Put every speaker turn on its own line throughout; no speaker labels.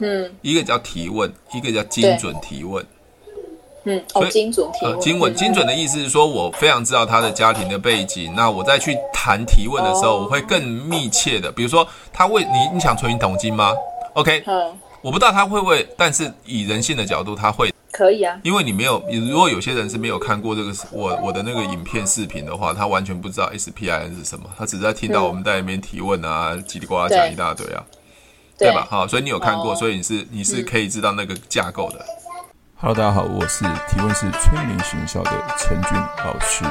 嗯
一个叫提问，一个叫精
对
准提问。
嗯，哦
所，以
精准提
呃
问，，
精准
嗯
精准的意思是说，我非常知道他的家庭的背景。那我再去谈提问的时候，
哦
我会更密切的，比如说他为你，你想存一桶金吗？OK，
嗯，
我不知道他会不会，但是以人性的角度，他会，
可以啊，
因为你没有，如果有些人是没有看过这个我我的那个影片视频的话，他完全不知道 SPIN 是什么，他只是在听到
嗯
我们在那边提问啊，叽里呱啦讲一大堆啊。对嗯吧？好，所以你有看过，
哦
所以你是你是可以知道那个架构的。
Hello，大家好，我是提问式催眠学校的陈俊老师。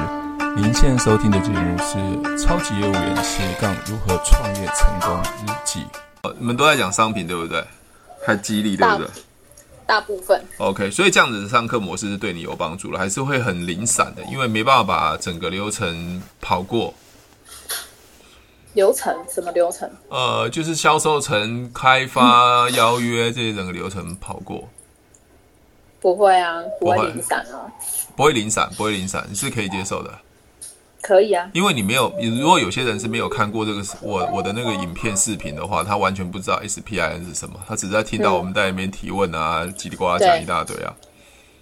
您现在收听的节目是《超级业务员斜杠如何创业成功日记》。
呃你们都在讲商品，对不对？还激励，对
大
不对
大部分
？OK，所以这样子的上课模式是对你有帮助了，还是会很零散的，因为没办法把整个流程跑过。
流程什么流程？
呃，就是销售层、开发、邀约这些整个流程跑过，
不会啊，不
不
会
会
零散啊，
不会零散，不会零散，你是可以接受的。
可以啊，
因为你没有，如果有些人是没有看过这个我我的那个影片视频的话，他完全不知道 SPIN 是什么，他只是在听到
嗯
我们在那边提问啊，叽里呱啦
对
讲一大堆啊，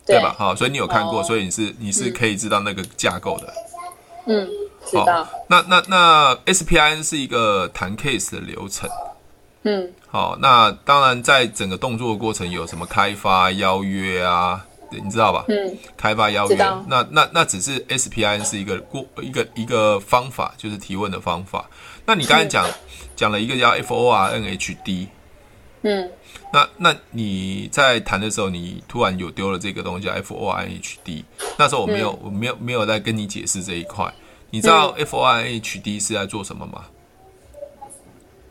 对
对
吧？？好，所以你有看过，
哦
所以你是你是可以知道那个架构的。
嗯，知道
好，，那那那 SPIN 是一个谈 case 的流程。
嗯，
好，那当然在整个动作的过程有什么开发邀约啊，你知道吧？
嗯，
开发邀约
知道，
那那那只是 SPIN 是一个过一个一个方法，就是提问的方法。那你刚才讲讲了一个叫 FORNHD，
嗯，
那那你在谈的时候，你突然有丢了这个东西叫 FORNHD，那时候我没有、
嗯
我没有没有在跟你解释这一块。你知道 FORNHD 是在做什么吗？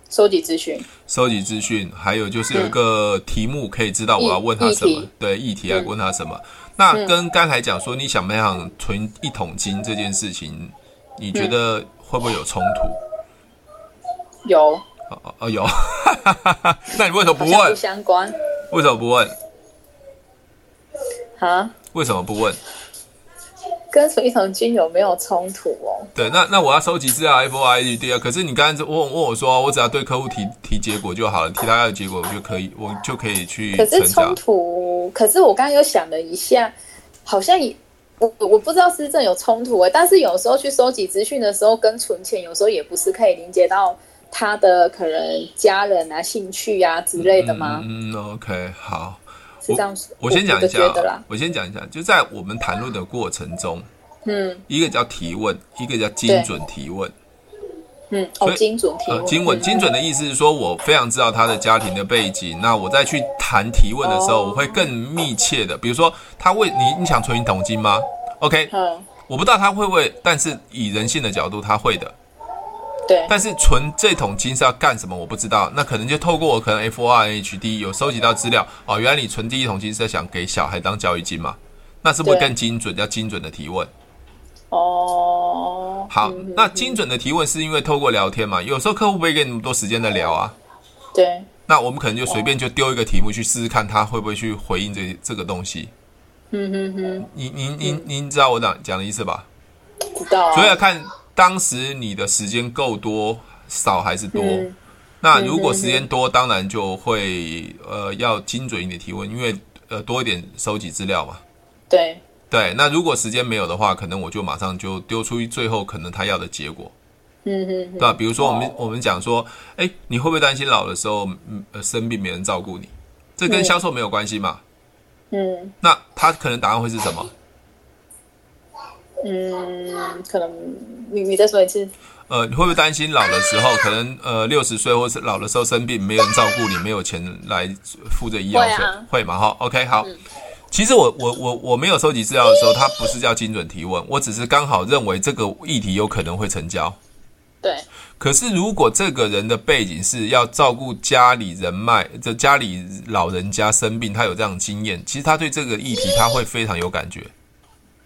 收集资讯，
收集资讯，还有就是有一个题目可以知道我要问他什
议
么
题，嗯
对议题来问他什么。那跟刚才讲说你想不想存一桶金这件事情，你觉得
嗯
会不会有冲突？
有
哦哦 哦，有，那你为什么不
好像不
问？
相关
为什么不问？
啊，
为什么不问？
跟水桶金有没有冲突哦？
对，那那我要收集资料 F O I D 啊。可是你刚才问问我说，我只要对客户提提结果就好了，提他要的结果我就可以，我就可以去
可
成
是冲
长。
突，可是我刚刚又想了一下，好像也我我不知道是真的有冲突哎、但是有时候去收集资讯的时候，跟存钱有时候也不是可以连接到他的可能家人啊、兴趣啊之类的吗？
嗯，OK，好。
是这样说
我先讲一下
我觉得
啊
啦，，
我先讲一下，就在我们谈论的过程中，
嗯
一个叫提问，一个叫精准提问。
嗯，
所
哦，
以
精准提
呃，
问，
精准
嗯
精准的意思是说，我非常知道他的家庭的背景，那我再去谈提问的时候，
哦
我会更密切的，比如说他为你，你想存一桶金吗？OK，
嗯，
我不知道他会不会，但是以人性的角度，他会的。
对，
但是存这桶金是要干什么，我不知道。那可能就透过我可能 F O R H D 有收集到资料哦，原来你存第一桶金是在想给小孩当教育金嘛？那是不是
对
更精准？叫精准的提问。
哦，
好
嗯，
那精准的提问是因为透过聊天嘛，有时候客户不会给你那么多时间的聊啊。
对，
那我们可能就随便就丢一个题目去试试看，他会不会去回应这这个东西？
嗯哼哼，
您您您您知道我讲讲的意思吧？
知道、啊，
所以要看当时你的时间够多少还是多。
嗯
那如果时间多，当然就会呃要精准一点提问，因为呃多一点收集资料嘛。
对，
对，那如果时间没有的话，可能我就马上就丢出最后可能他要的结果，
嗯哼
对
哼，
吧？比如说我们、我们讲说，哎，你会不会担心老的时候嗯呃生病没人照顾你？这跟
嗯
销售没有关系嘛？
嗯
那他可能答案会是什么？
嗯，可能你你再说一次，
呃，你会不会担心老的时候，可能呃六十岁或是老的时候生病，没人照顾你，没有钱来付这医药费，
会啊
会嘛？哈，OK，好。其实我我我我没有收集资料的时候，它不是叫精准提问，我只是刚好认为这个议题有可能会成交。
对，
可是如果这个人的背景是要照顾家里人脉，这家里老人家生病，他有这样的经验，其实他对这个议题他会非常有感觉。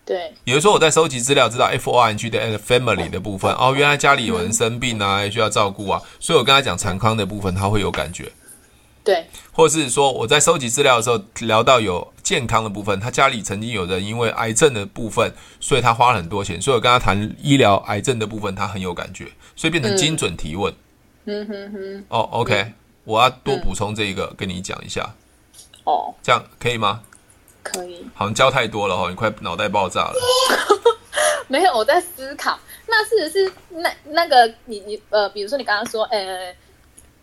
对，
也就是说，我在收集资料，知道 F O R N G 的呃 family 的部分哦，原来家里有人生病啊，
嗯
需要照顾啊，所以我跟他讲产康的部分，他会有感觉，
对，
或是说我在收集资料的时候聊到有健康的部分，他家里曾经有人因为癌症的部分，所以他花了很多钱，所以我跟他谈医疗癌症的部分，他很有感觉，所以变成精准提问。
嗯哼哼，
哦，OK，我要多补充这一个跟你讲一下，
哦，
这样可以吗？
可以。
好，你教太多了哈，哦你快脑袋爆炸了。
嗯没有，我在思考。那是不是那那个你你呃，比如说你刚刚说，呃，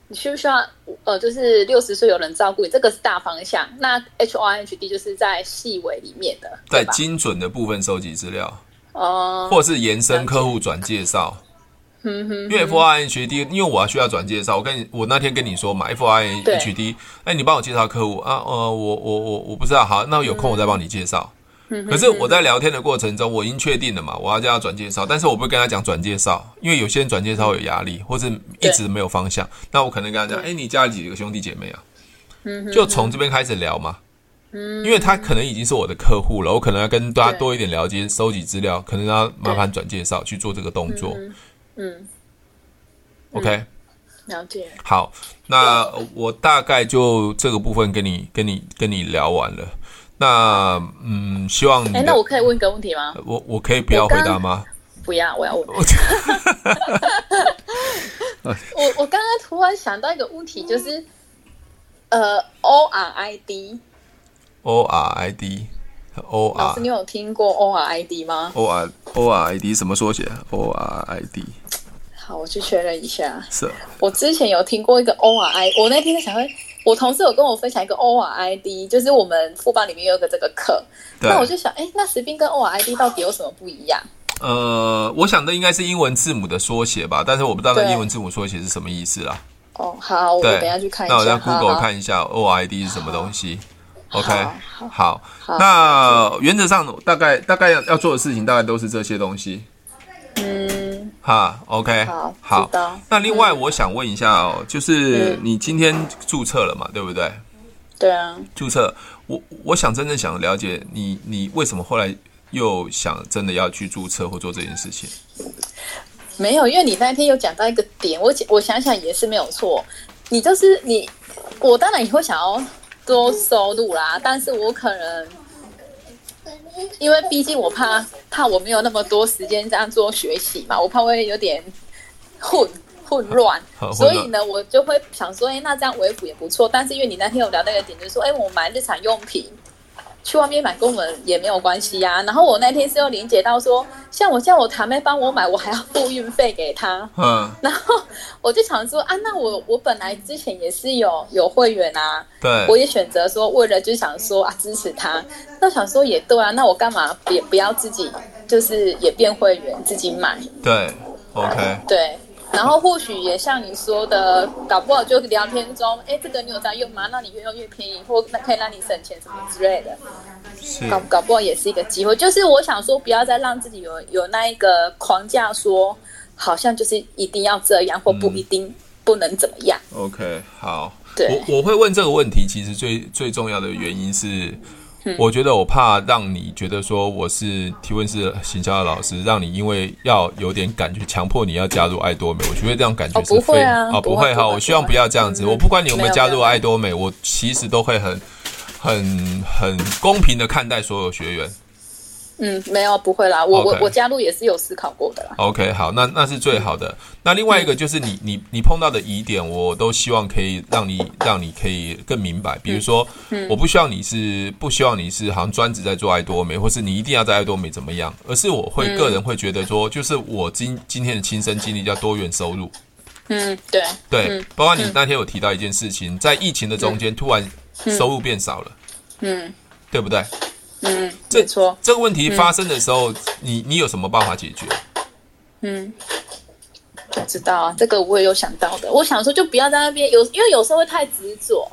你需不需要呃，就是六十岁有人照顾你，这个是大方向。那 H O R H D 就是在细微里面的，
在
对吧？
精准的部分收集资料，
哦、嗯
或是延伸客户转介绍。因为 F I H D，因为我要需要转介绍，我跟你我那天跟你说嘛，F I
对
H D，哎，你帮我介绍客户啊，呃，我我我我不知道，好，那有
嗯
空我再帮你介绍。可是我在聊天的过程中，我已经确定了嘛，我要叫他转介绍，但是我不会跟他讲转介绍，因为有些人转介绍有压力，或者一直没有方向。那我可能跟他讲，哎，你家里几个兄弟姐妹啊？
嗯
就从这边开始聊嘛。因为他可能已经是我的客户了，我可能要跟大家
对
多一点了解，收集资料，可能要麻烦转介绍去做这个动作。
嗯，
OK，
了解。
好，那我大概就这个部分跟你、跟你、跟你聊完了。那嗯，希望你
哎、
的呃
那我可以问一个问题吗？
我我可以不要回答吗？
不要，我要问。
我
我我刚刚突然想到一个问题，就是呃，O R I D，
O R I D O
老
R
师，你有听过 O R I D 吗？
O R O R I D 什么缩写？O R I D
好，我去确认一下。
是
我之前有听过一个 O R I，我那天在想问，我同事有跟我分享一个 O R I D，就是我们副班里面有一个这个课，
对
那我就想，哎，那石斌跟 O R I D 到底有什么不一样？
呃，我想的应该是英文字母的缩写吧，但是我不知道那
对
英文字母缩写是什么意思啦。
哦，好，我
对，
等一下去看一下。
那我在 Google
好。
看一下 OID 是什么东西。OK，
好
好
好
那原则上大概大概要要做的事情大概都是这些东西。
嗯，
哈，OK，
好
好
知道。嗯
那另外我想问一下哦，就是你今天注册了嘛，对不对？
对啊，
注册，我我想真正想了解你，你为什么后来又想真的要去注册或做这件事情？
没有，因为你那天有讲到一个点，我我想想也是没有错。你就是你，我当然也会想要多收入啦，但是我可能因为毕竟我怕怕我没有那么多时间这样做学习嘛，我怕会有点混混乱
好，混
所
乱
以呢，我就会想说，哎、那这样微服也不错。但是因为你那天有聊那个点，就是说，哎、我买日常用品。去外面买跟我们也没有关系呀、然后我那天是又连接到说，像我叫我堂妹帮我买，我还要付运费给她。
嗯，
然后 我就想说啊，那我我本来之前也是有有会员啊，
对，
我也选择说为了就想说啊支持他，那想说也对啊，那我干嘛也不要自己就是也变会员自己买
对，OK，
对。然后或许也像你说的，搞不好就聊天中，哎，这个你有在用吗？那你越用越便宜，或那可以让你省钱什么之类的。
是，
搞搞不好也是一个机会。就是我想说，不要再让自己有有那一个框架说，好像就是一定要这样，
嗯
或不一定、不能怎么样。
OK，好，
对
我我会问这个问题，其实最最重要的原因是，
嗯
我觉得我怕让你觉得说我是提问式行销的老师，让你因为要有点感觉，强迫你要加入爱多美，我觉得这样感觉
哦
是
不会
非
啊
哦
不会
会哈，
不会嗯
我希望不要这样子，
不会
我不管你有没有
没有
加入
没有
爱多美，我其实都会很很很公平的看待所有学员。
嗯，没有不会啦，我
OK
我我加入也是有思考过的啦。
OK，好，那那是最好的。那另
嗯
外一个就是你你你碰到的疑点，我都希望可以让你让你可以更明白。比如说，
嗯
我不希望你是不希望你是好像专职在做爱多美，或是你一定要在爱多美怎么样，而是我会
嗯
个人会觉得说，就是我今今天的亲身经历叫多元收入。
嗯，对，
对，包括你那天有提到一件事情，在疫情的中间突然收入变少了，
嗯
对不对？
嗯，
这
没错，
这个问题发生的时候，你你有什么办法解决？
嗯。我知道啊，这个我也有想到的。我想说，就不要在那边有，因为有时候会太执着，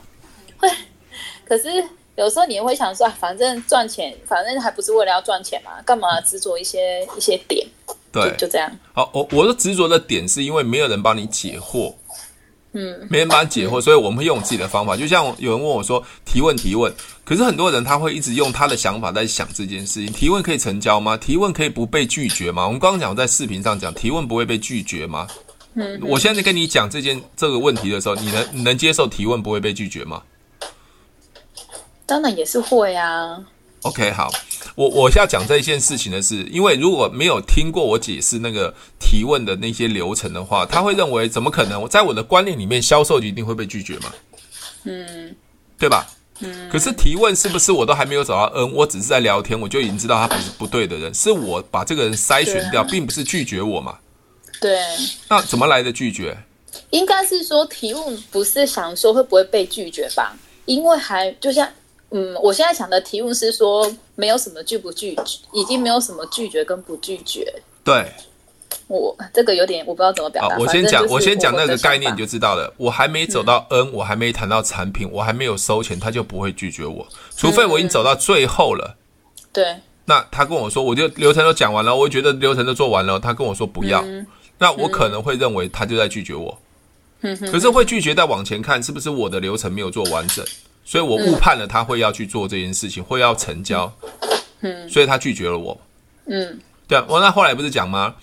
会。可是有时候你也会想说，啊，反正赚钱，反正还不是为了要赚钱嘛，干嘛执着一些一些点？
对，
就就这样。
好，我我的执着的点是因为没有人帮你解惑，嗯，没人帮你解惑，所以我们会用自己的方法。就像有人问我说提问提问，可是很多人他会一直用他的想法在想这件事情。提问可以成交吗？提问可以不被拒绝吗？我们刚刚讲在视频上讲，提问不会被拒绝吗？嗯，我现在跟你讲这件这个问题的时候，你能你能接受提问不会被拒绝吗？
当然也是会啊，
OK，好，我我要讲这一件事情的是，因为如果没有听过我解释那个提提问的那些流程的话，他会认为怎么可能？在我的观念里面，销售一定会被拒绝嘛？
嗯
对吧？
嗯
可是提问是不是我都还没有找到 N，我只是在聊天，我就已经知道他不是不对的人，是我把这个人筛选掉，并不是拒绝我嘛？
对，
那怎么来的拒绝？
应该是说提问不是想说会不会被拒绝吧，因为还就像。嗯，我现在想的提问是说，没有什么拒不拒绝，已经没有什么拒绝跟不拒绝。
对，
我这个有点我不知道怎么表
好
达。，
我
反正
先讲，
就是
我先讲那
的
个概念
想
你
法嗯
就知道了。我还没走到 N，我还没谈到产品，我还没有收钱，他就不会拒绝我，除非我已经走到最后了。
对，
那他跟我说，我就流程都讲完了，我觉得流程都做完了，他跟我说不要，
嗯
那我可能会认为他就在拒绝我。
嗯
可是会拒绝再往前看，是不是我的流程没有做完整？所以我误判了他会要去做这件事情，会要成交，嗯，所以他拒绝了我。
嗯，
对，我那后来不是讲吗？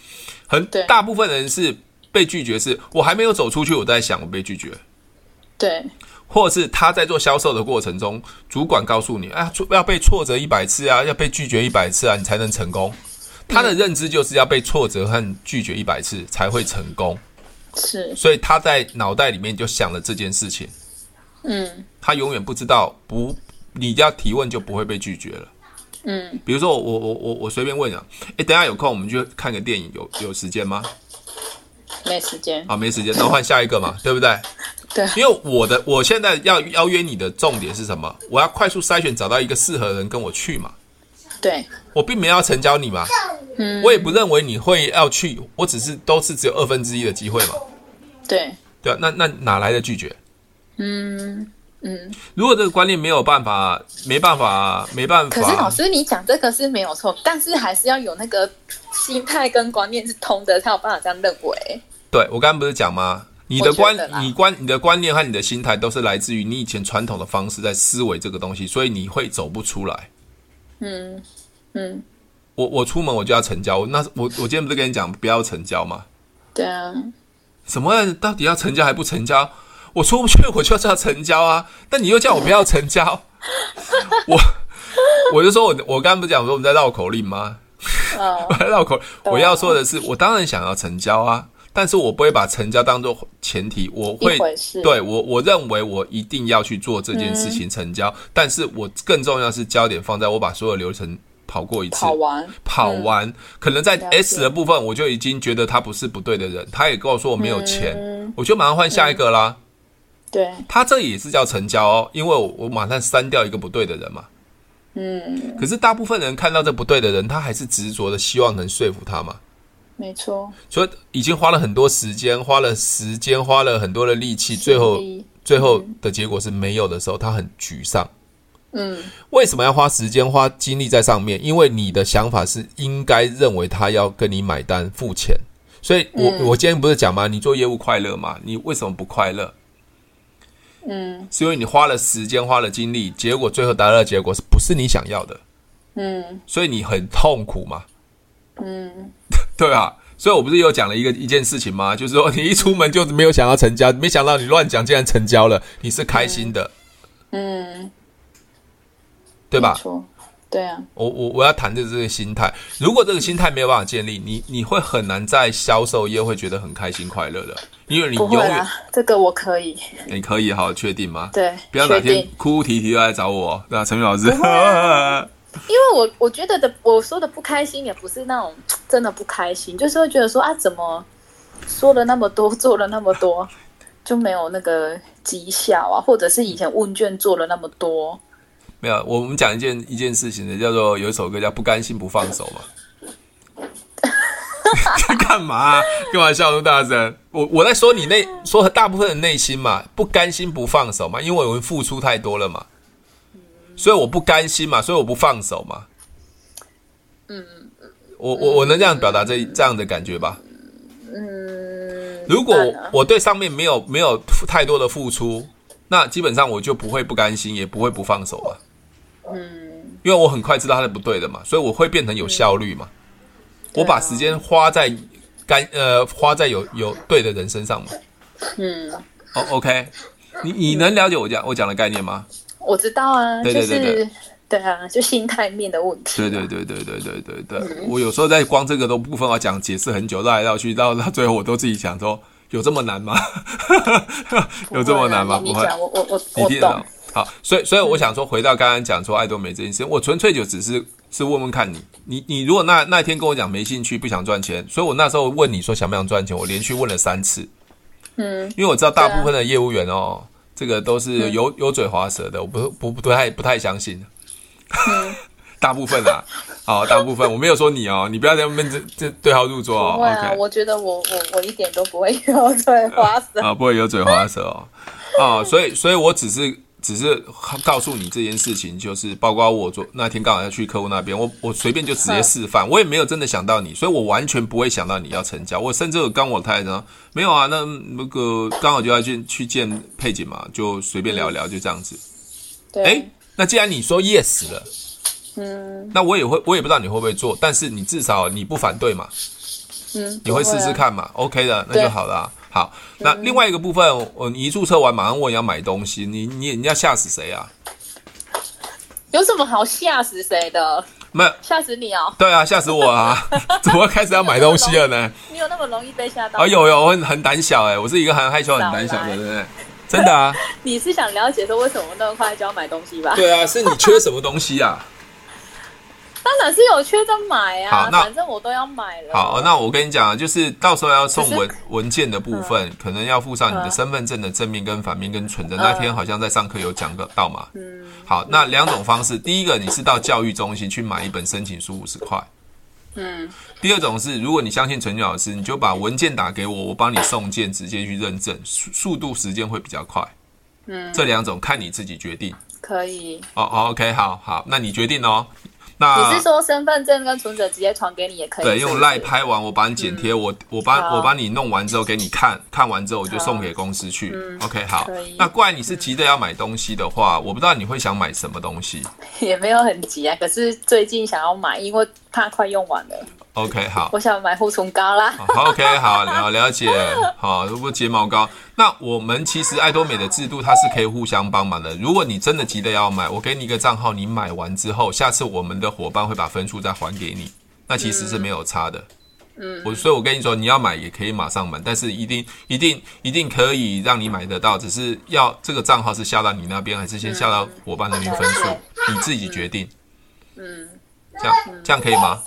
很
对
大部分人是被拒绝是，我还没有走出去，我在想我被拒绝，
对，
或者是他在做销售的过程中，主管告诉你啊，挫要被挫折一百次啊，要被拒绝一百次啊，你才能成功。他的认知就是要被挫折和拒绝一百次才会成功，
是，
所以他在脑袋里面就想了这件事情，
嗯
他永远不知道不，你要提问就不会被拒绝了。
嗯，
比如说我我我我随便问啊，诶，等一下有空我们去看个电影，有有时间吗？
没时间。
好，没时间，那换下一个嘛，对不对？
对
因为我的我现在要邀约你的重点是什么？我要快速筛选找到一个适合的人跟我去嘛。
对，
我并没有要成交你嘛，
嗯，
我也不认为你会要去，我只是都是只有二分之一的机会嘛，
对，
对啊，那那哪来的拒绝？
嗯嗯。
如果这个观念没有办法，没办法，没办
可是老
法，
师，你讲这个是没有错，但是还是要有那个心态跟观念是通的，才有办法这样认为。
对我刚刚不是讲吗？你的
我觉
观
得，啦
你观，你的观念和你的心态都是来自于你以前传统的方式在思维这个东西，所以你会走不出来。
嗯嗯，
我我出门我就要成交，我那我我今天不是跟你讲不要成交吗？
对啊，
什么人到底要成交还不成交？我出不去我就是要成交啊，但你又叫我不要成交，我我就说我我刚刚不是讲说我们在绕口令吗？
哦，
绕口，
懂
我要说的是，我当然想要成交啊，但是我不会把成交当做前提，我会
一回事嗯
对我我认为我一定要去做这件事情成交，但是我更重要的是焦点放在我把所有流程跑过一次，
好玩，
跑完，可能在
嗯了解
S 的部分，我就已经觉得他不是不对的人，他也跟我说我没有钱，
嗯
我就马上换下一个啦。
对，
他这也是叫成交哦，因为我我马上删掉一个不对的人嘛。
嗯，
可是大部分人看到这不对的人，他还是执着的希望能说服他嘛，
没错，
所以已经花了很多时间，花了时间，花了很多的力气，最后
力
最后的结果是没有的时候，他很沮丧。
嗯，
为什么要花时间花精力在上面？因为你的想法是应该认为他要跟你买单付钱，所以我、
嗯
我今天不是讲吗？你做业务快乐吗？你为什么不快乐？
嗯
是因为你花了时间花了精力，结果最后达到的结果是不是你想要的？
嗯
所以你很痛苦嘛？
嗯，
对啊，所以我不是有讲了一个一件事情吗？就是说你一出门就没有想要成交，没想到你乱讲竟然成交了，你是开心的，
嗯，
对吧
没？错，对啊，
我我我要谈的是这个心态，如果这个心态没有办法建立，你你会很难在销售业会觉得很开心快乐的，因为你
不
永
会
远
啦，这个我可以，
你可以好确定吗？
对，
不要哪
确
天
定。啊
哭哭啼啼又来找我，对吧、陈明老师，
因为我我觉得的，我说的不开心也不是那种真的不开心，就是会觉得说啊，怎么说了那么多，做了那么多， 就没有那个绩效啊，或者是以前问卷做了那么多，
没有，我们讲一件一件事情的，叫做有一首歌叫《不甘心不放手》嘛。 干嘛啊、干嘛笑那么大声？我我在说你内说大部分的内心嘛，不甘心不放手嘛，因为我们付出太多了嘛，所以我不甘心嘛，所以我不放手嘛。嗯，我我我能这样表达这这样的感觉吧？
嗯，
如果
算了
我对上面没有没有付太多的付出，那基本上我就不会不甘心，也不会不放手嘛。
嗯
因为我很快知道它是不对的嘛，所以我会变成有效率嘛。
嗯
我把时间花在干呃花在有有对的人身上嘛。
嗯，
哦、o k 你你能了解我讲我讲的概念吗？
我知道啊，
对对对
就是对啊，就心态面的问题。
对对对对对对对对，
嗯
我有时候在光这个都部分要讲解释很久，绕来绕去，到到最后我都自己想说，有这么难吗？ 有这么难吗？
不
不
会
会
啊，你你讲我我我
你
我
听得
懂
懂。。好，所以所以我想说，回到刚刚讲说爱多美这件事情，我纯粹就只是是问问看你，你你如果那那天跟我讲没兴趣，不想赚钱，所以我那时候问你说想不想赚钱，我连续问了三次，
嗯，
因为我知道大
对啊嗯
部分的业务员哦，这个都是油油嘴滑舌的，我不不不太不太相信。
嗯
大部分啊，好，大部分我没有说你哦，你不要在那边这这对号入座哦。
不会啊
OK
我觉得我我我一点都不会油嘴滑舌。
啊，不会油嘴滑舌哦。啊，所以所以我只是只是告诉你这件事情，就是包括我昨那天刚好要去客户那边，我我随便就直接示范，我也没有真的想到你，所以我完全不会想到你要成交。我甚至有跟我太太说，没有啊，那那个刚好就要去去见佩姐嘛，就随便聊聊，就这样子。
嗯对，
哎，那既然你说 yes 了，嗯，那我也会，我也不知道你会不会做，但是你至少你不反对嘛，
嗯，
你会试试看嘛、o k 的，那就
对
好了啊、好，那另外一个部分，我你一注册完马上问你要买东西，你你你要吓死谁啊？
不会啊。有什么好吓死谁的？
没有，
吓死你哦！
对啊，吓死我啊！怎么开始要买东西了呢？
你有那么容易被吓到？
啊，有，有，我很很胆小哎、我是一个很害羞、很胆小的人、哎真的 啊，
你是想了解说为什么那么快就要买东西吧？
对啊，是你缺什么东西啊？
当然是有缺在买
好
啊，
那
反正我都要买了。
好，那我跟你讲啊，就是到时候要送
可是嗯
文文件的部分，可能要附上你的身份证的正面跟反面跟存折。
嗯
那天好像在上课有讲到嘛。嗯。好，那两种方式，第一个你是到教育中心去买一本申请书五十块。
嗯，
第二种是，如果你相信陈俊老师，你就把文件打给我，我帮你送件，直接去认证，速速度时间会比较快。
嗯，
这两种看你自己决定。
可以。
哦哦，OK，好好，那你决定哦。
你
那
是说身份证跟存折直接传给你也哎可以？
对，用赖
是不是
拍完，我把你剪贴，我我帮
好
我帮你弄完之后给你看，看完之后我就送给公司去。OK，好
嗯可以。嗯
那怪你是急着要买东西的话，我不知道你会想买什么东西。
也没有很急啊，可是最近想要买，因为怕快用完了，
OK，好。
我想买护唇膏啦。
好，OK，好，了了解，好，如果睫毛膏，那我们其实爱多美的制度它是可以互相帮忙的。如果你真的急着要买，我给你一个账号，你买完之后，下次我们的伙伴会把分数再还给你，那其实是没有差的。嗯，我所以，我跟你说，你要买也可以马上买，但是一定、一定、一定可以让你买得到，只是要这个账号是下到你那边，还是先下到伙伴那边分数
了，
你自己决定。
嗯，
这样这样可以吗？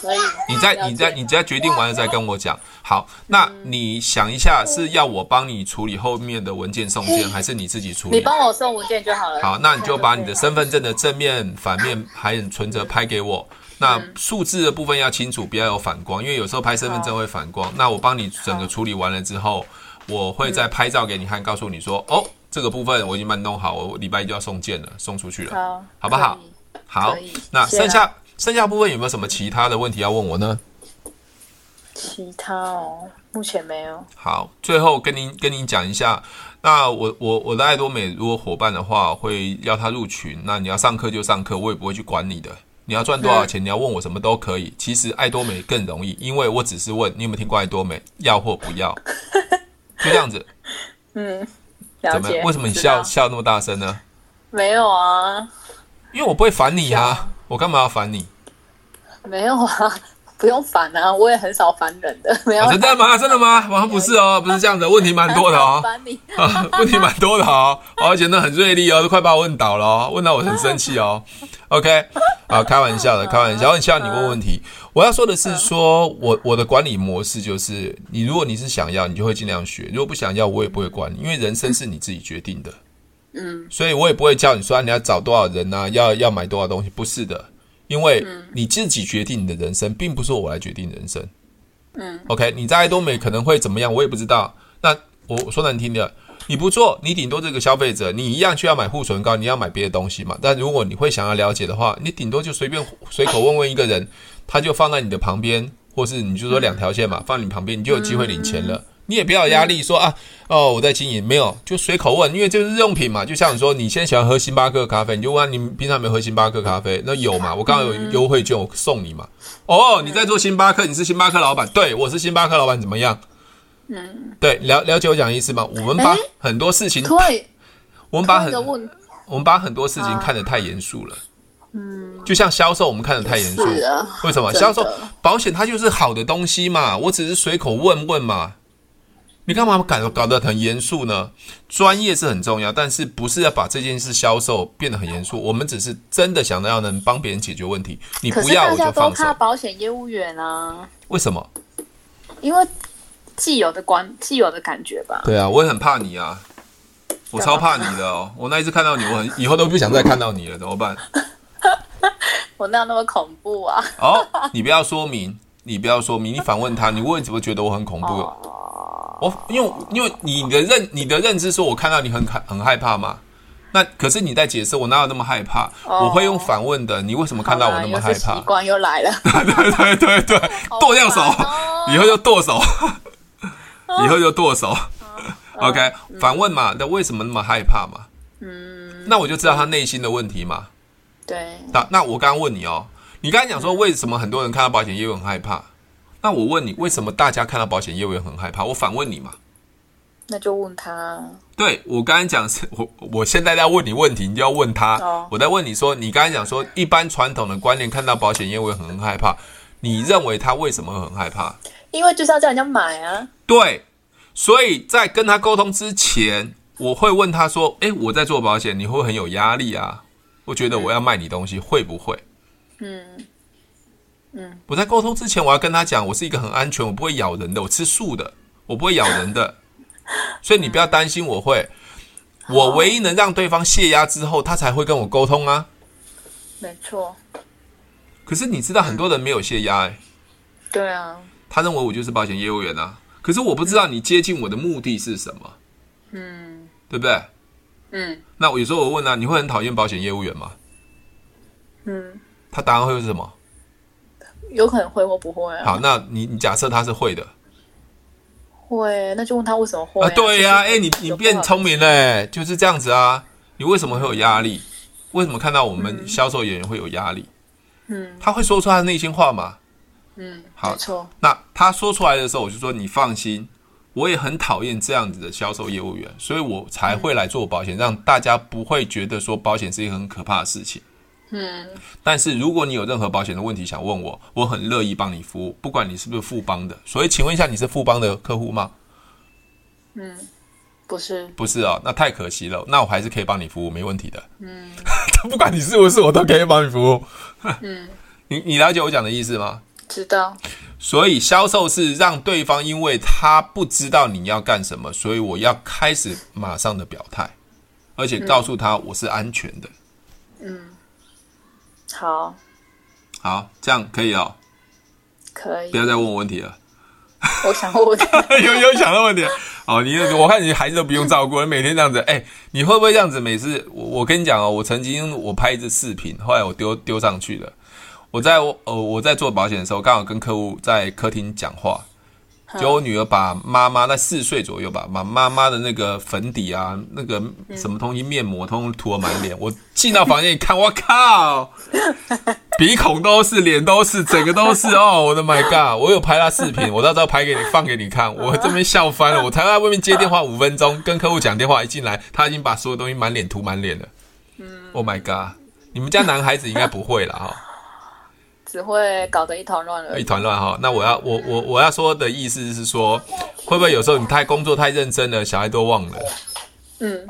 所以
你在
了解嗯
你在你在决定完了再跟我讲。好，那你想一下，是要我帮你处理后面的文件送件，还是你自己处
你
理？
帮我送文件就好了。
好，那你就把你的身份证的正面、反面还有存折拍给我。
嗯
那数字的部分要清楚，不要有反光，因为有时候拍身份证会反光。那我帮你整个处理完了之后，我会
嗯
再拍照给你看，告诉你说，哦，这个部分我已经帮你弄好，我礼拜一就要送件了，送出去了。
好，
好不好
可以？
好
可以，
那
是啊
剩下剩下部分有没有什么其他的问题要问我呢？
其他哦，目前没有。
好，最后跟您跟您讲一下，那我我我的爱多美如果伙伴的话，会要他入群，那你要上课就上课，我也不会去管你的。你要赚多少
嗯
钱，你要问我什么都可以。其实爱多美更容易，因为我只是问你有没有听过爱多美，要或不 要，就这样子。
了
怎么
解
样？？为什么你
知道
笑？笑那么大声呢？
没有啊，
因为我不会烦你啊，我干嘛要烦你？
没有啊， 不用烦啊，我也很少烦人的， 没有
啊、真的吗？真的吗？好像不是哦，不是这样的，问题蛮多的哦。
烦你。
啊，问题蛮多的哦，而且那很锐利哦，都快把我问倒了哦，问到我很生气哦。OK，啊，开玩笑的，开玩笑，我很希望你问问题。我要说的是说，我我的管理模式就是，你如果你是想要，你就会尽量学；如果不想要，我也不会管你，因为人生是你自己决定的。嗯，所以我也不会叫你说、啊你要找多少人啊，要要买多少东西，不是的，因为你自己决定你的人生，并不是我来决定人生。嗯，OK，你在爱多美可能会怎么样，我也不知道。那我我说难听的，你不做，你顶多这个消费者，你一样去要买护唇膏，你要买别的东西嘛。但如果你会想要了解的话，你顶多就随便随口问问一个人，他就放在你的旁边，或是你就说两条线
嗯
嘛，放你旁边，你就有机会领钱了。你也不要有压力说啊，哦，我在经营，没有，就随口问，因为这是日用品嘛。就像你说，你现在喜欢喝星巴克咖啡，你就问他你平常有没有喝星巴克咖啡？那有
嗯
嘛？我刚好有优惠券，我送你嘛。哦，你在做星巴克，你是星巴克老板，对我是星巴克老板，怎么样？嗯，对，了了解我讲的意思吗？我们把
诶
很多事情，
可以，
我们把
一
很
个问啊
我们把很多事情看得太严肃了。
嗯，
就像销售，我们看得太严肃，
是啊，
为什么？
真的
销售保险它就是好的东西嘛，我只是随口问问嘛。你干嘛搞搞得很严肃呢？专业是很重要，但是不是要把这件事销售变得很严肃？我们只是真的想要能帮别人解决问题，你
可
不
是
要
大
我
家
就
都
放手
怕。保险业务员啊，
为什么？
因为既有的观既有的感觉吧。
对啊，我也很怕你啊，我超怕你的哦！我那一次看到你，我很以后都不想再看到你了，怎么办？
我哪有那么恐怖啊？
哦，你不要说明，你不要说明，你反问他，你为什么觉得我很恐怖？
哦
我哦因为因为你的认你的认知说，我看到你很害很害怕嘛。那可是你在解释，我哪有那么害怕？
哦
我会用反问的，你为什么看到我那么害
好啦又是
怕
习？惯 又来了，
对对对对，
哦
剁掉手， 以后就剁手，以后就剁手。OK，反
哦
问嘛，那为什么那么害怕嘛？
嗯，
那我就知道他内心的问题嘛。
对，
那那我刚刚问你哦，你刚才讲
嗯
说为什么很多人看到保险业务很害怕？那我问你，为什么大家看到保险业务很害怕？我反问你嘛。
那就问他，
对我刚才讲是 我，我现在在问你问题，你就要问他。
哦
我在问你说，你刚才讲说，一般传统的观念看到保险业务很害怕，你认为他为什么很害怕？
因为就是要叫人家买啊，
对，所以在跟他沟通之前，我会问他说：“诶，我在做保险，你会不会很有压力啊？我觉得我要卖你东西，会不会？”
嗯
我在沟通之前，我要跟他讲，我是一个很安全，我不会咬人的，我吃素的，我不会咬人的，所以你不要担心我会。我唯一能让对方泄压之后，他才会跟我沟通啊。
没错，
可是你知道，很多人没有泄压、欸，
对啊，
他认为我就是保险业务员啊。可是我不知道你接近我的目的是什么，
嗯
对不对？
嗯
那我有时候我问啊，你会很讨厌保险业务员吗？
嗯，
他答案会是什么？
有可能会或不会啊？
好，那你你假设他是会的
会，那就问他为什么会
啊，对呀、
就
诶，
是
你你
有不好
变聪明嘞、欸就是这样子啊。你为什么会有压力？为什么看到我们销售演员会有压力？
嗯
他会说出他的内心话嘛？
嗯，
好
没错，
那他说出来的时候，我就说你放心，我也很讨厌这样子的销售业务员，所以我才会来做保险，让大家不会觉得说保险是一个很可怕的事情。
嗯
但是如果你有任何保险的问题想问我，我很乐意帮你服务，不管你是不是富邦的。所以请问一下，你是富邦的客户吗？
嗯，不是，
不是哦，那太可惜了。那我还是可以帮你服务，没问题的。嗯， 不管你是不是，我都可以帮你服务。
嗯，
你你了解我讲的意思吗？
知道，
所以销售是让对方因为他不知道你要干什么，所以我要开始马上的表态，而且告诉他我是安全的。
好，
好，这样可以哦，
可以
不，要再问我问题了。
我 想问，
有有想到问题哦，你我看你孩子都不用照顾，每天这样子，哎、你会不会这样子？每次我我跟你讲哦，我曾经我拍一支视频，后来我丢丢上去了。我在我呃我在做保险的时候，刚好跟客户在客厅讲话，结果我女儿把妈妈在四岁左右吧，把妈妈的那个粉底啊，那个什么东西面膜，通通涂了满脸。我进到房间一看，我靠，鼻孔都是，脸都是，整个都是哦！我的 my god！我有拍她视频，我到时候拍给你放给你看。我这边笑翻了，我才在外面接电话五分钟，跟客户讲电话，一进来她已经把所有东西满脸涂满脸了。Oh
嗯
my god！你们家男孩子应该不 会了哈、
只会搞得一团乱而
一
已。
团乱哈。那我要我我我要说的意思是说，会不会有时候你太工作太认真了，小孩都忘了，
嗯，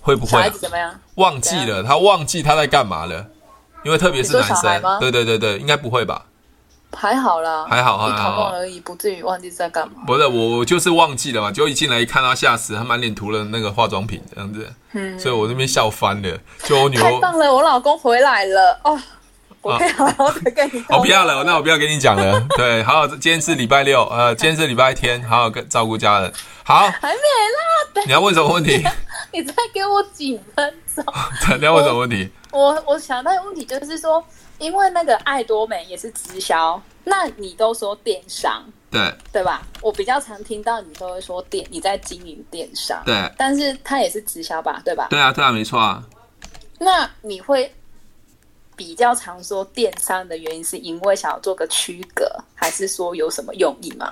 会不
小
会啊、
孩子怎么样？
忘记了？他忘记他在干嘛了？因为特别是男
你说小孩
生，
吗
对对对对，应该不会吧？
还好啦，
还好还好
一团乱而已，不至于忘记在干嘛。
不是我，我就是忘记了嘛，结果一进来一看他吓死，他满脸涂了那个化妆品这样子，
嗯
所以我那边笑翻了。就我女
太
儿
棒，了，我老公回来了哦，我可以好好的跟你。
啊哦，不要了，那我不要跟你讲 了。对，好，今天是礼拜六，呃，今天是礼拜天，好好跟照顾家人。好，
还没啦，等
你要问什么问 题？
你再给我几分钟。
你要问什么问题？
我我想到的问题就是说，因为那个爱多美也是直销，那你都说电商
对
对吧？我比较常听到你都会说电你在经营电商，
对
但是它也是直销吧，对吧？
对啊，对啊，没错啊。
那你会比较常说电商的原因，是因为想要做个区隔，还是说有什么用意吗？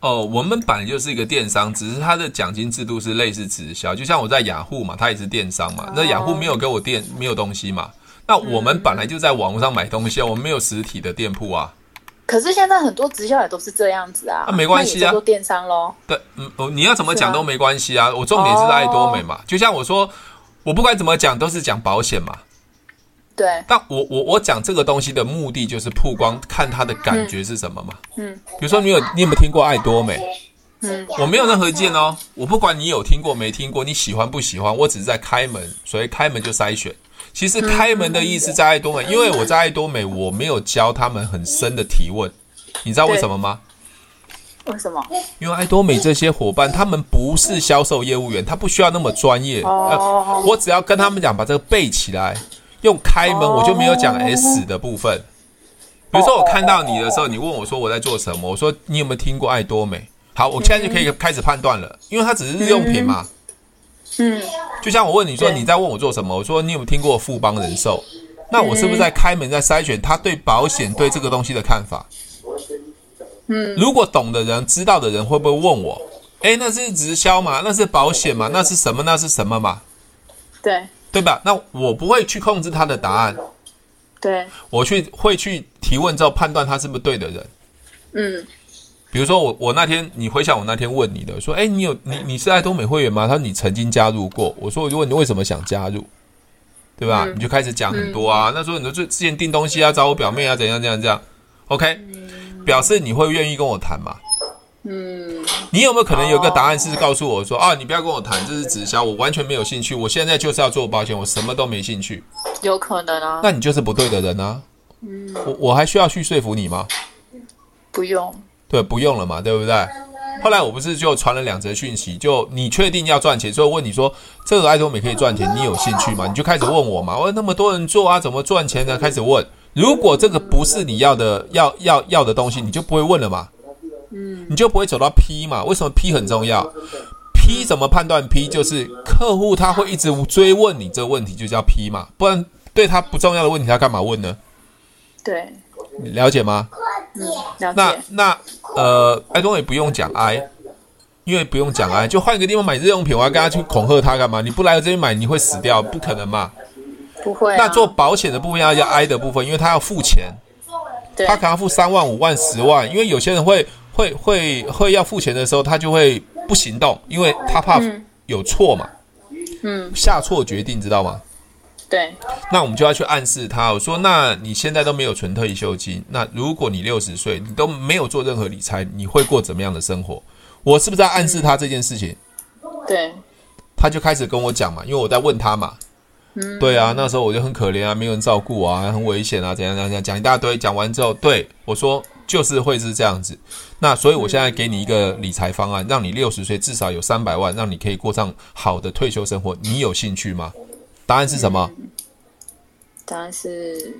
哦，我们本来就是一个电商，只是它的奖金制度是
哦
类似直销，就像我在雅虎嘛，它也是电商嘛。那雅虎没有给我电，没有东西嘛。那我们本来就在网络上买东西啊，我们没有实体的店铺啊。
可是现在很多直销也都是这样子啊，
啊没关系啊
那也叫做电商喽。
对，嗯，哦你要怎么讲
是啊哦
都没关系啊。我重点是在爱多美嘛，就像我说，我不管怎么讲都是讲保险嘛。
对，
但我我我讲这个东西的目的就是曝光，看它的感觉是什么嘛。
嗯，
比如说你有你有没有听过爱多美？
嗯，
我没有任何意见哦，我不管你有听过没听过，你喜欢不喜欢，我只是在开门，所谓开门就筛选。其实开门的意思在爱多美，因为我在爱多美我没有教他们很深的提问，你知道为什么吗？
为什么？
因为爱多美这些伙伴，他们不是销售业务员，他不需要那么专业。呃
哦
我只要跟他们讲，把这个背起来，用开门，
哦
我就没有讲 S 的部分。比如说我看到你的时候，你问我说我在做什么，我说你有没有听过爱多美？好，我现在就可以开始判断了，因为它只是日用品嘛。
嗯，
就像我问你说
对
你在问我做什么，我说你有没有听过富邦人寿？那我是
嗯
不是在开门在筛选他对保险对这个东西的看法？嗯，如果懂的人、知道的人会不会问我？诶，那是直销嘛？那是保险嘛？那是什么？那是什么嘛？
对
对吧？那我不会去控制他的答案，
对，
我去会去提问之后判断他是不是对的人。
嗯，
比如说我我那天你回想我那天问你的，说诶，你有你你是爱多美会员吗？他说你曾经加入过，我说我就问你为什么想加入，对吧？你就开始讲很多啊，那时候你说就之前订东西啊，找我表妹啊，怎样怎样怎样，OK，表示你会愿意跟我谈嘛？嗯，你有没有可能有个答案是告诉我说啊，你不要跟我谈，这是直销，我完全没有兴趣，我现在就是要做保险，我什么都没兴趣，
有可能啊，
那你就是不对的人啊。我我还需要去说服你吗？
不用，
对，不用了嘛，对不对？后来我不是就传了两则讯息，就你确定要赚钱，所以我问你说这个爱多美可以赚钱，你有兴趣吗？你就开始问我嘛，哦我那么多人做啊，怎么赚钱呢？开始问，如果这个不是你要的要要要的东西，你就不会问了嘛，嗯，你就不会走到 P 嘛？为什么 P 很重要？P 怎么判断 P？就是客户他会一直追问你这个问题，就叫 P 嘛，不然对他不重要的问题他干嘛问呢？
对，嗯
你了解吗？
了
那
解，
那呃，爱东也不用讲 I，因为不用讲 I，就换一个地方买日用品，我要跟他去恐吓他干嘛？你不来我这边买，你会死掉，不可能嘛？
不会啊。
那做保险的部分要要 I 的部分，因为他要付钱，
对
他可能要付三万、五万、十万，因为有些人会会会会要付钱的时候，他就会不行动，因为他怕有错嘛，
嗯，
下错决定，知道吗？
对，
那我们就要去暗示他，我说：那你现在都没有存退休金，那如果你六十岁，你都没有做任何理财，你会过怎么样的生活？我是不是在暗示他这件事情？
对，
他就开始跟我讲嘛，因为我在问他嘛。对啊，那时候我就很可怜啊，没有人照顾啊，很危险啊，怎样怎样怎样，讲一大堆。讲完之后，对我说就是会是这样子。那所以我现在给你一个理财方案，让你六十岁至少有三百万，让你可以过上好的退休生活。你有兴趣吗？答案是什么？
当然是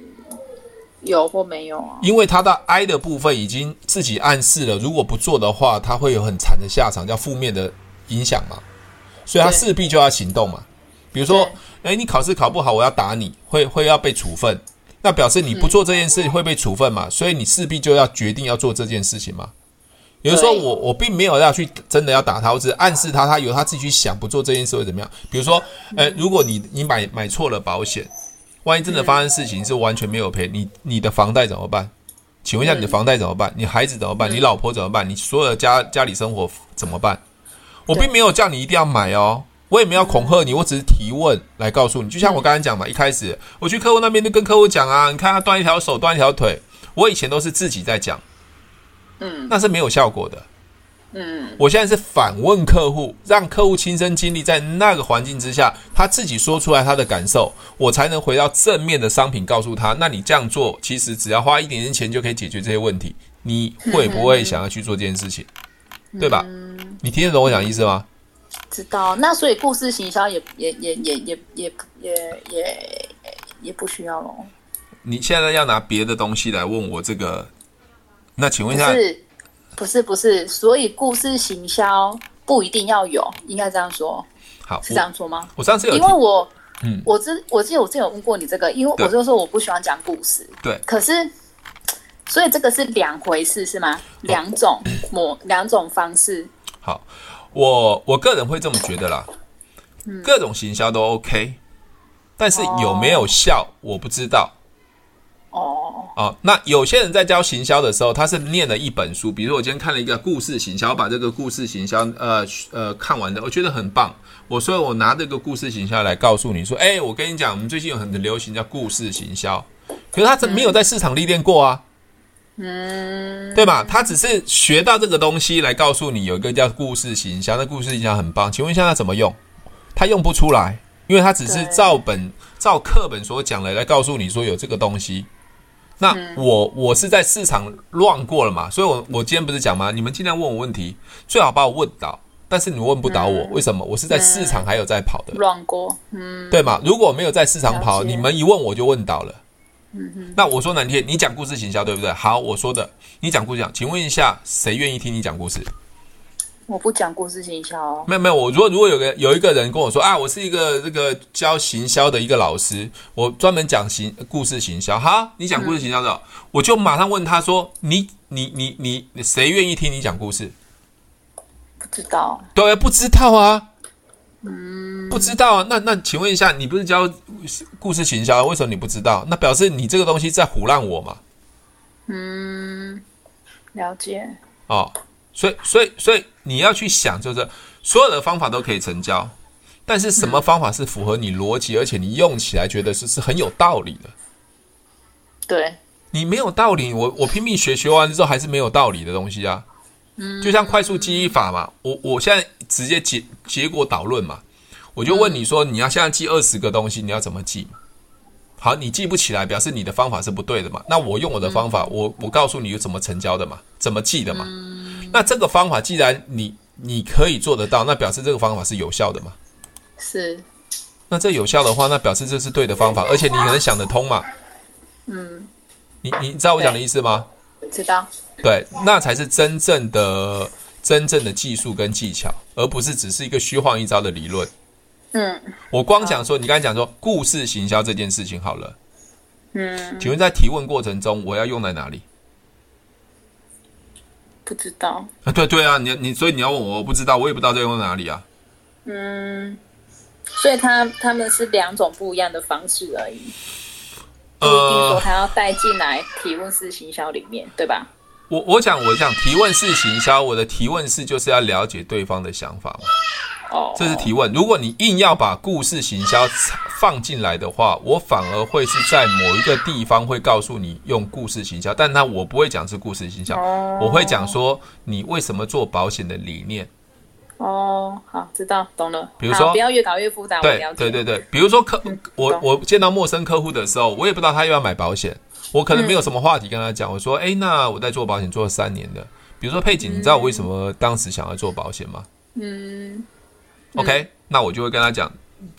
有或没有啊。
因为他的 I 的部分已经自己暗示了，如果不做的话，他会有很惨的下场，叫负面的影响嘛，所以他
对
势必就要行动嘛。比如说
对，
哎，你考试考不好，我要打你，会会要被处分，那表示你不做这件事会被处分嘛，所以你势必就要决定要做这件事情嘛。也就是说
对
我我并没有要去真的要打他，我只是暗示他，他由他自己去想，不做这件事会怎么样。比如说，呃，如果你你买买错了保险，万一真的发生事情是完全没有赔，你你的房贷怎么办？请问一下你的房贷怎么办？你孩子怎么办？你老婆怎么办？你所有的家家里生活怎么办？我并没有叫你一定要买哦，我也没有恐吓你，我只是提问来告诉你。就像
嗯
我刚才讲嘛，一开始我去客户那边就跟客户讲啊，你看他断一条手，断一条腿，我以前都是自己在讲，
嗯
那是没有效果的。
嗯，
我现在是反问客户，让客户亲身经历在那个环境之下，他自己说出来他的感受，我才能回到正面的商品告诉他。那你这样做，其实只要花一点点钱就可以解决这些问题，你会不
嗯
会想要去做这件事情？对吧？你听得懂我讲意思吗？
知道。那所以故事行销也也也也也也也也也不需要喽。
你现在要拿别的东西来问我这个，那请问
不
一下，
是，不是，不是。所以故事行销不一定要有，应该这样说，
好，
是这
我
样说吗？
我上次有
因
提
为我，
嗯
我之我记得我之前有问过你这个，因为
对
我就说我不喜欢讲故事，
对
可是。所以这个是两回事是
哦
吗？两种模，两种方式。
好，
嗯
我我个人会这么觉得啦，各种行销都 OK，但是有没有效我不知道。
哦，
哦，那有些人在教行销的时候，他是念了一本书，比如我今天看了一个故事行销，我把这个故事行销呃呃看完的，我觉得很棒，我所以我拿这个故事行销来告诉你说，哎，我跟你讲，我们最近有很流行叫故事行销，可是他没有在市场历练过啊，
嗯，
对吧？他只是学到这个东西来告诉你有一个叫故事行销，那故事行销很棒，请问一下他怎么用？他用不出来，因为他只是
对
照本照课本所讲的来告诉你说有这个东西。那
嗯
我我是在市场乱过了嘛，所以我我今天不是讲吗？你们尽量问我问题，最好把我问倒，但是你问不倒我，
嗯
为什么？我是在市场还有在跑的，
乱过，嗯，
对吗？如果没有在市场跑，
了解嗯
你们一问我就问倒了。那我说难听，你讲故事行销对不对？好，我说的，你讲故事讲，请问一下，谁愿意听你讲故事？
我不讲故事行销哦，
没有没有，我如果如果有个有一个人跟我说啊，我是一个这个教行销的一个老师，我专门讲行故事行销。哈，你讲故事行销的，我就马上问他说，你你你你你谁愿意听你讲故事？
不知道，
对，不知道啊，嗯，不知道啊。那那请问一下，你不是教故事行销，为什么你不知道？那表示你这个东西在胡乱我嘛？
嗯，了解，
哦，所以所以所以你要去想，就是所有的方法都可以成交，但是什么方法是符合你逻辑，而且你用起来觉得是是很有道理的。
对，
你没有道理，我我拼命学，学完之后还是没有道理的东西啊。嗯，就像快速记忆法嘛，我我现在直接结结果导论嘛，我就问你说，你要现在记二十个东西，你要怎么记？好，你记不起来，表示你的方法是不对的嘛。那我用我的方法，我我告诉你有怎么成交的嘛，怎么记的嘛。那这个方法既然你你可以做得到，那表示这个方法是有效的嘛。
是，
那这有效的话，那表示这是对的方法，而且你可能想得通嘛。
嗯，
你你知道我讲的意思吗？
知道，
对，那才是真正的真正的技术跟技巧，而不是只是一个虚晃一招的理论。
嗯
我光讲说，你刚才讲说故事行销这件事情好了，
嗯，
请问在提问过程中，我要用在哪里？
不知道，
啊，对对啊，你你所以你要问我，我不知道，我也不知道在用在哪里啊。
嗯，所以他他们是两种不一样的方式而已，不一定说
呃，
他要带进来提问式行销里面，对吧？
我我讲我讲提问式行销，我的提问式就是要了解对方的想法嘛，
哦，
这是提问。如果你硬要把故事行销放进来的话，我反而会是在某一个地方会告诉你用故事行销，但那我不会讲是故事行销，
哦
我会讲说你为什么做保险的理念。
哦，好，知道懂了。
比如说
好不要越搞越复杂，我
对
了解。嗯
对对对，比如说客，我
懂
我见到陌生客户的时候，我也不知道他要不要买保险，我可能
嗯
没有什么话题跟他讲。我说，哎，那我在做保险做了三年的，比如说佩锦，你知道我为什么当时想要做保险吗
嗯，
？OK，那我就会跟他讲，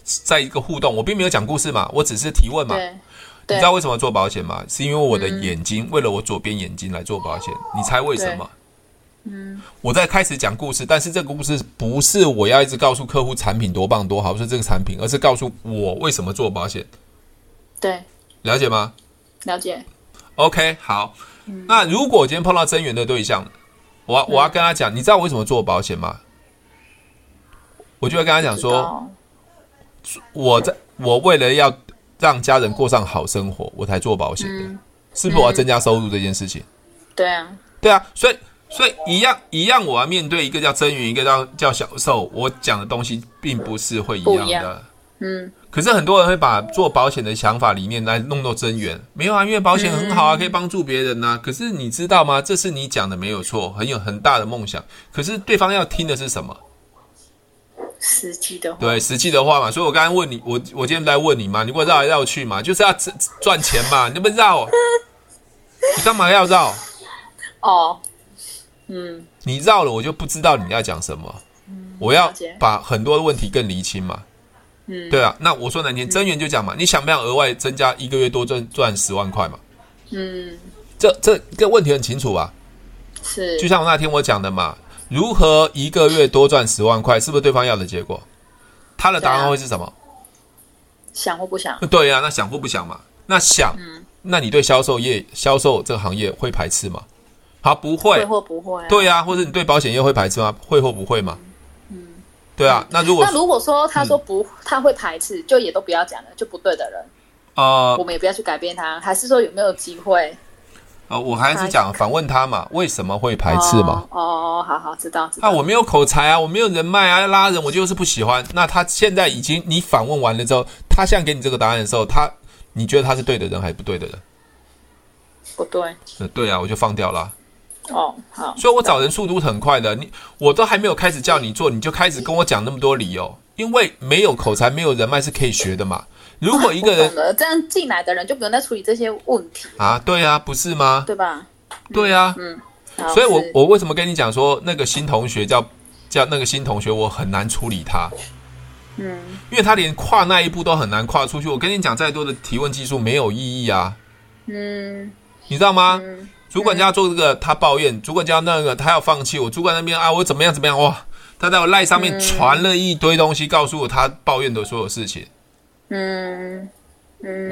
在一个互动，我并没有讲故事嘛，我只是提问嘛。
对，
你
对嗯
知道为什么做保险吗？是因为我的眼睛，为了我左边眼睛来做保险。你猜为什么？嗯，我在开始讲故事，但是这个故事不是我要一直告诉客户产品多棒多好，不是这个产品，而是告诉我为什么做保险，
对，
了解吗
了解。
？OK，好。
嗯
那如果我今天碰到增援的对象，我要我要跟他讲，你知道我为什么做保险吗？我就会跟他讲
知
说，
道
我在我为了要让家人过上好生活，我才做保险
嗯
的，是不是我要增加收入这件事情？
对啊，
对啊，所以所以一样一样，我要面对一个叫真云，一个叫叫小兽，我讲的东西并不是会一
不一
样的
样。嗯，
可是很多人会把做保险的想法理念来弄到真源，没有啊，因为保险很好
嗯
啊，可以帮助别人呐、可是你知道吗？这是你讲的没有错，很有很大的梦想。可是对方要听的是什么？
实际的话，
对，实际的话嘛。所以我刚才问你，我我今天在问你嘛，你给我绕来绕去嘛，就是要赚赚钱嘛，你不绕，你干嘛要绕？
哦，嗯，
你绕了，我就不知道你要讲什么。我要
了解
把很多的问题更厘清嘛。
嗯
对啊，那我说难听，真源就讲嘛，你想不想额外增加一个月多赚赚十万块嘛？
嗯，
这这个问题很清楚吧？
是，
就像我那天我讲的嘛，如何一个月多赚十万块，是不是对方要的结果？他的答
对
案
啊
会是什么？
想或不想，
对呀、那想或不想嘛？那想，
嗯
那你对销售业、销售这个行业会排斥吗？好，不会
会，或不会、啊，
对呀、或者你对保险业会排斥吗？会或不会嘛？嗯，对啊，那如果
那如果说他
嗯
说不，他会排斥，就也都不要讲了，就不对的人，
啊
我们也不要去改变他。还是说有没有机会？
啊，我还是讲反问他嘛，为什么会排斥嘛？
哦？哦，好好知道知
啊，
道。
我没有口才啊，我没有人脉啊，拉人我就是不喜欢。那他现在已经你反问完了之后，他现在给你这个答案的时候，他你觉得他是对的人还是不对的人？
不对
呃，对啊，我就放掉了啊。
哦，好，
所以我找人速度很快的，你我都还没有开始叫你做，你就开始跟我讲那么多理由，因为没有口才、没有人脉是可以学的嘛。如果一个
哦我
人
懂了，这样进来的人就不用再处理这些问题，
啊，对啊，不是吗？
对吧？
对啊，
好
所以我
是
我为什么跟你讲说那个新同学叫叫那个新同学，我很难处理他，
嗯
因为他连跨那一步都很难跨出去。我跟你讲，再多的提问技术没有意义啊，
嗯
你知道吗？主管家做这个，他抱怨；主管家那个，他要放弃我。主管那边啊，我怎么样怎么样哇，他在我赖上面传了一堆东西，告诉我他抱怨的所有事情。
嗯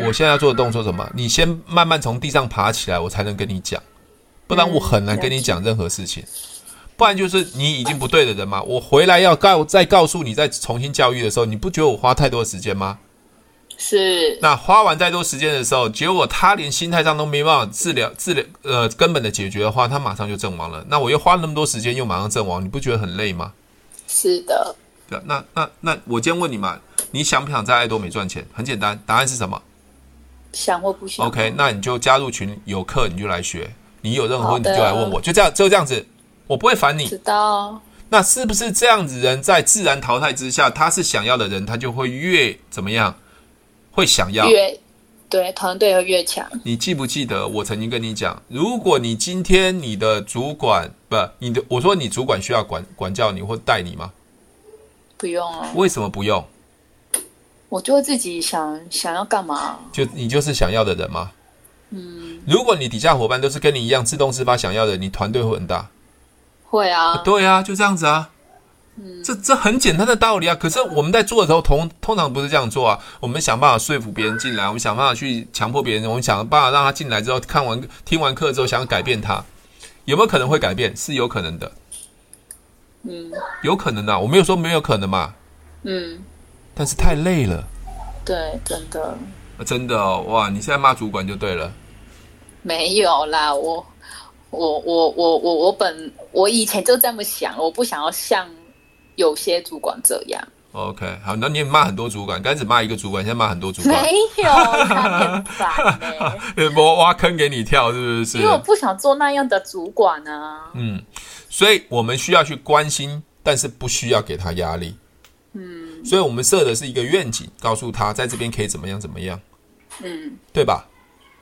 我现在要做的动作是什么？你先慢慢从地上爬起来，我才能跟你讲，不然我很难跟你讲任何事情。不然就是你已经不对的人嘛。我回来要告再告诉你，再重新教育的时候，你不觉得我花太多时间吗？
是
那花完再多时间的时候，结果他连心态上都没办法治疗治疗呃根本的解决的话，他马上就阵亡了。那我又花那么多时间，又马上阵亡，你不觉得很累吗？
是的，
对啊，那那那我今天问你嘛，你想不想在爱多美赚钱？很简单，答案是什么？
想或不想
OK，那你就加入群，有课你就来学，你有任何问题
好的
就来问我，就这样，就这样子，我不会烦你
知。道
那是不是这样子人在自然淘汰之下，他是想要的人，他就会越怎么样，会想要？
越对团队会越强，
你记不记得我曾经跟你讲，如果你今天你的主管不，你的我说你主管需要管管教你或带你吗？
不用啊，
为什么不用？
我就会自己想想要干嘛，
就你就是想要的人吗？嗯。如果你底下伙伴都是跟你一样自动自发想要的，你团队会很大。
会啊，
对啊，就这样子啊。这这很简单的道理啊，可是我们在做的时候，通通常不是这样做啊。我们想办法说服别人进来，我们想办法去强迫别人，我们想办法让他进来之后，看完听完课之后，想要改变他，有没有可能会改变？是有可能的，
嗯
有可能啊。我没有说没有可能嘛，
嗯，
但是太累了，
对，真的
啊真的哦，哇！你现在骂主管就对了，
没有啦，我我我我我我本我以前就这么想，我不想要像有些主管这样，
OK，好，那你也骂很多主管，刚开始骂一个主管，现在骂很多主 管，
没有啦，很烦欸
我挖坑给你跳，是不 是？
因为我不想做那样的主管啊，
嗯，所以我们需要去关心，但是不需要给他压力。嗯，所以我们设的是一个愿景，告诉他在这边可以怎么样怎么样，
嗯，
对吧？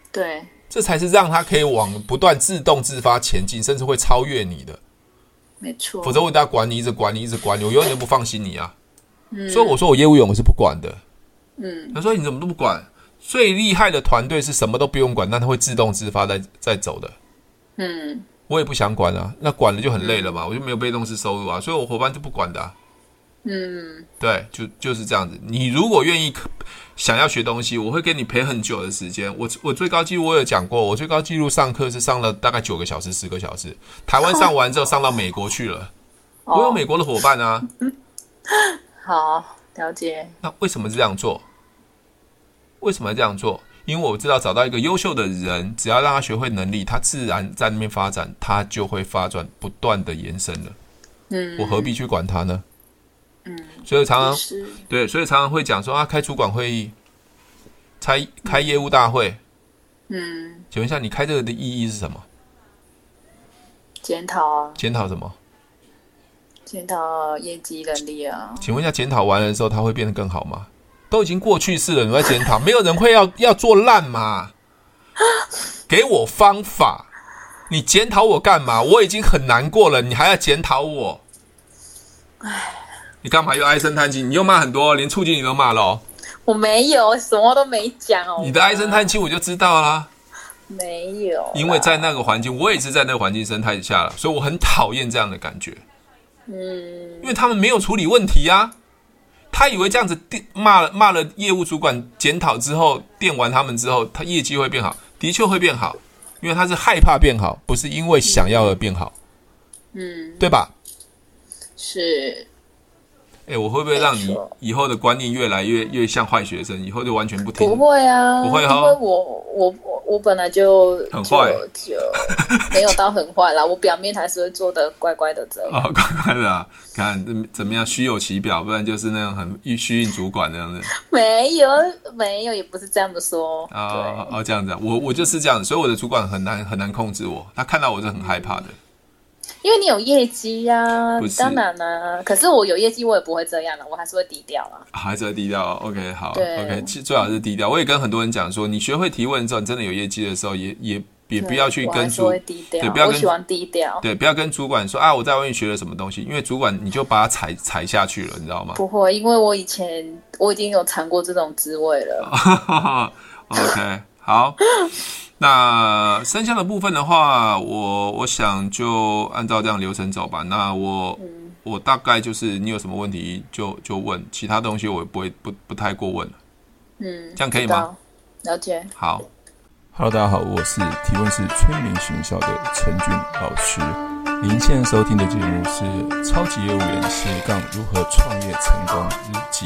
对，
这才是让他可以往不断自动自发前进，甚至会超越你的。
没错，
否则我一定要管你，一直管你，一直管你，我永远都不放心你啊。所以我说我业务员我是不管的。
嗯，
他说你怎么都不管？最厉害的团队是什么都不用管，但他会自动自发在在走的。
嗯
我也不想管啊，那管了就很累了嘛，我就没有被动式收入啊，所以我伙伴就不管的、啊。
嗯，
对，就就是这样子。你如果愿意想要学东西，我会给你陪很久的时间。我我最高纪录我有讲过，我最高纪录上课是上了大概九个小时、十个小时。台湾上完之后上到美国去了，我有
哦
美国的伙伴啊。
好了解，
那为什么这样做？为什么这样做？因为我知道找到一个优秀的人，只要让他学会能力，他自然在那边发展，他就会发展不断的延伸了。
嗯，
我何必去管他呢？
嗯，
所以常常
也是
对，所以常常会讲说啊，开主管会议，开开业务大会。
嗯
请问一下，你开这个的意义是什么？
检讨啊，
检讨什么？
检讨业绩能力啊，
请问一下，检讨完了之后，它会变得更好吗？都已经过去式了，你在检讨，没有人会要 要做烂嘛？ 给我方法，你检讨我干嘛？我已经很难过了，你还要检讨我？ 你干嘛又唉声叹气？你又骂很多，连促进你都骂了哦、
我没有，什么都没讲哦。
你的唉声叹气我就知道啦、
没有啦，
因为在那个环境，我也是在那个环境生态下了，所以我很讨厌这样的感觉。
嗯
因为他们没有处理问题啊。他以为这样子电骂了骂了业务主管检讨之后，电完他们之后，他业绩会变好，的确会变好，因为他是害怕变好，不是因为想要而变好，
嗯
对吧？
是
哎，我会不会让你以后的观念越来越越像坏学生？以后就完全不听？
不会啊，
不会哦
因为我我我我本来就
很坏
就就没有到很坏啦，我表面还是会做的乖乖的这样。
哦，乖乖的、啊，看嗯怎么样，虚有其表，不然就是那种很虚应主管那样的。
没有没有，也不是这样的说。
哦哦，这样子、啊，我我就是这样，所以我的主管很难很难控制我，他看到我是很害怕的。
对，因为你有业绩呀、啊
不，是
当然啦、可是我有业绩，我也不会这样了，我还是会低调啊。
啊还是要低调哦，OK，好
对
，OK，其实最好是低调。我也跟很多人讲说，你学会提问之后，你真的有业绩的时候，也也也不要去
嗯对我还
跟
是
主
会低调，
对不要
我
跟
喜欢低调。
对，不要跟主管说啊，我在外面学了什么东西，因为主管你就把他踩踩下去了，你知道吗？
不会，因为我以前我已经有尝过这种滋味了。
哦 OK，好。那生肖的部分的话，我我想就按照这样流程走吧。那我、
嗯
我大概就是你有什么问题就就问，其他东西我不会不不太过问了，
嗯，
这样可以
知
吗？
道？了解。
好，
Hello，大家好，我是提问是催眠学校的陈俊老师。您现在收听的节目是《超级业务员斜杠如何创业成功日记》，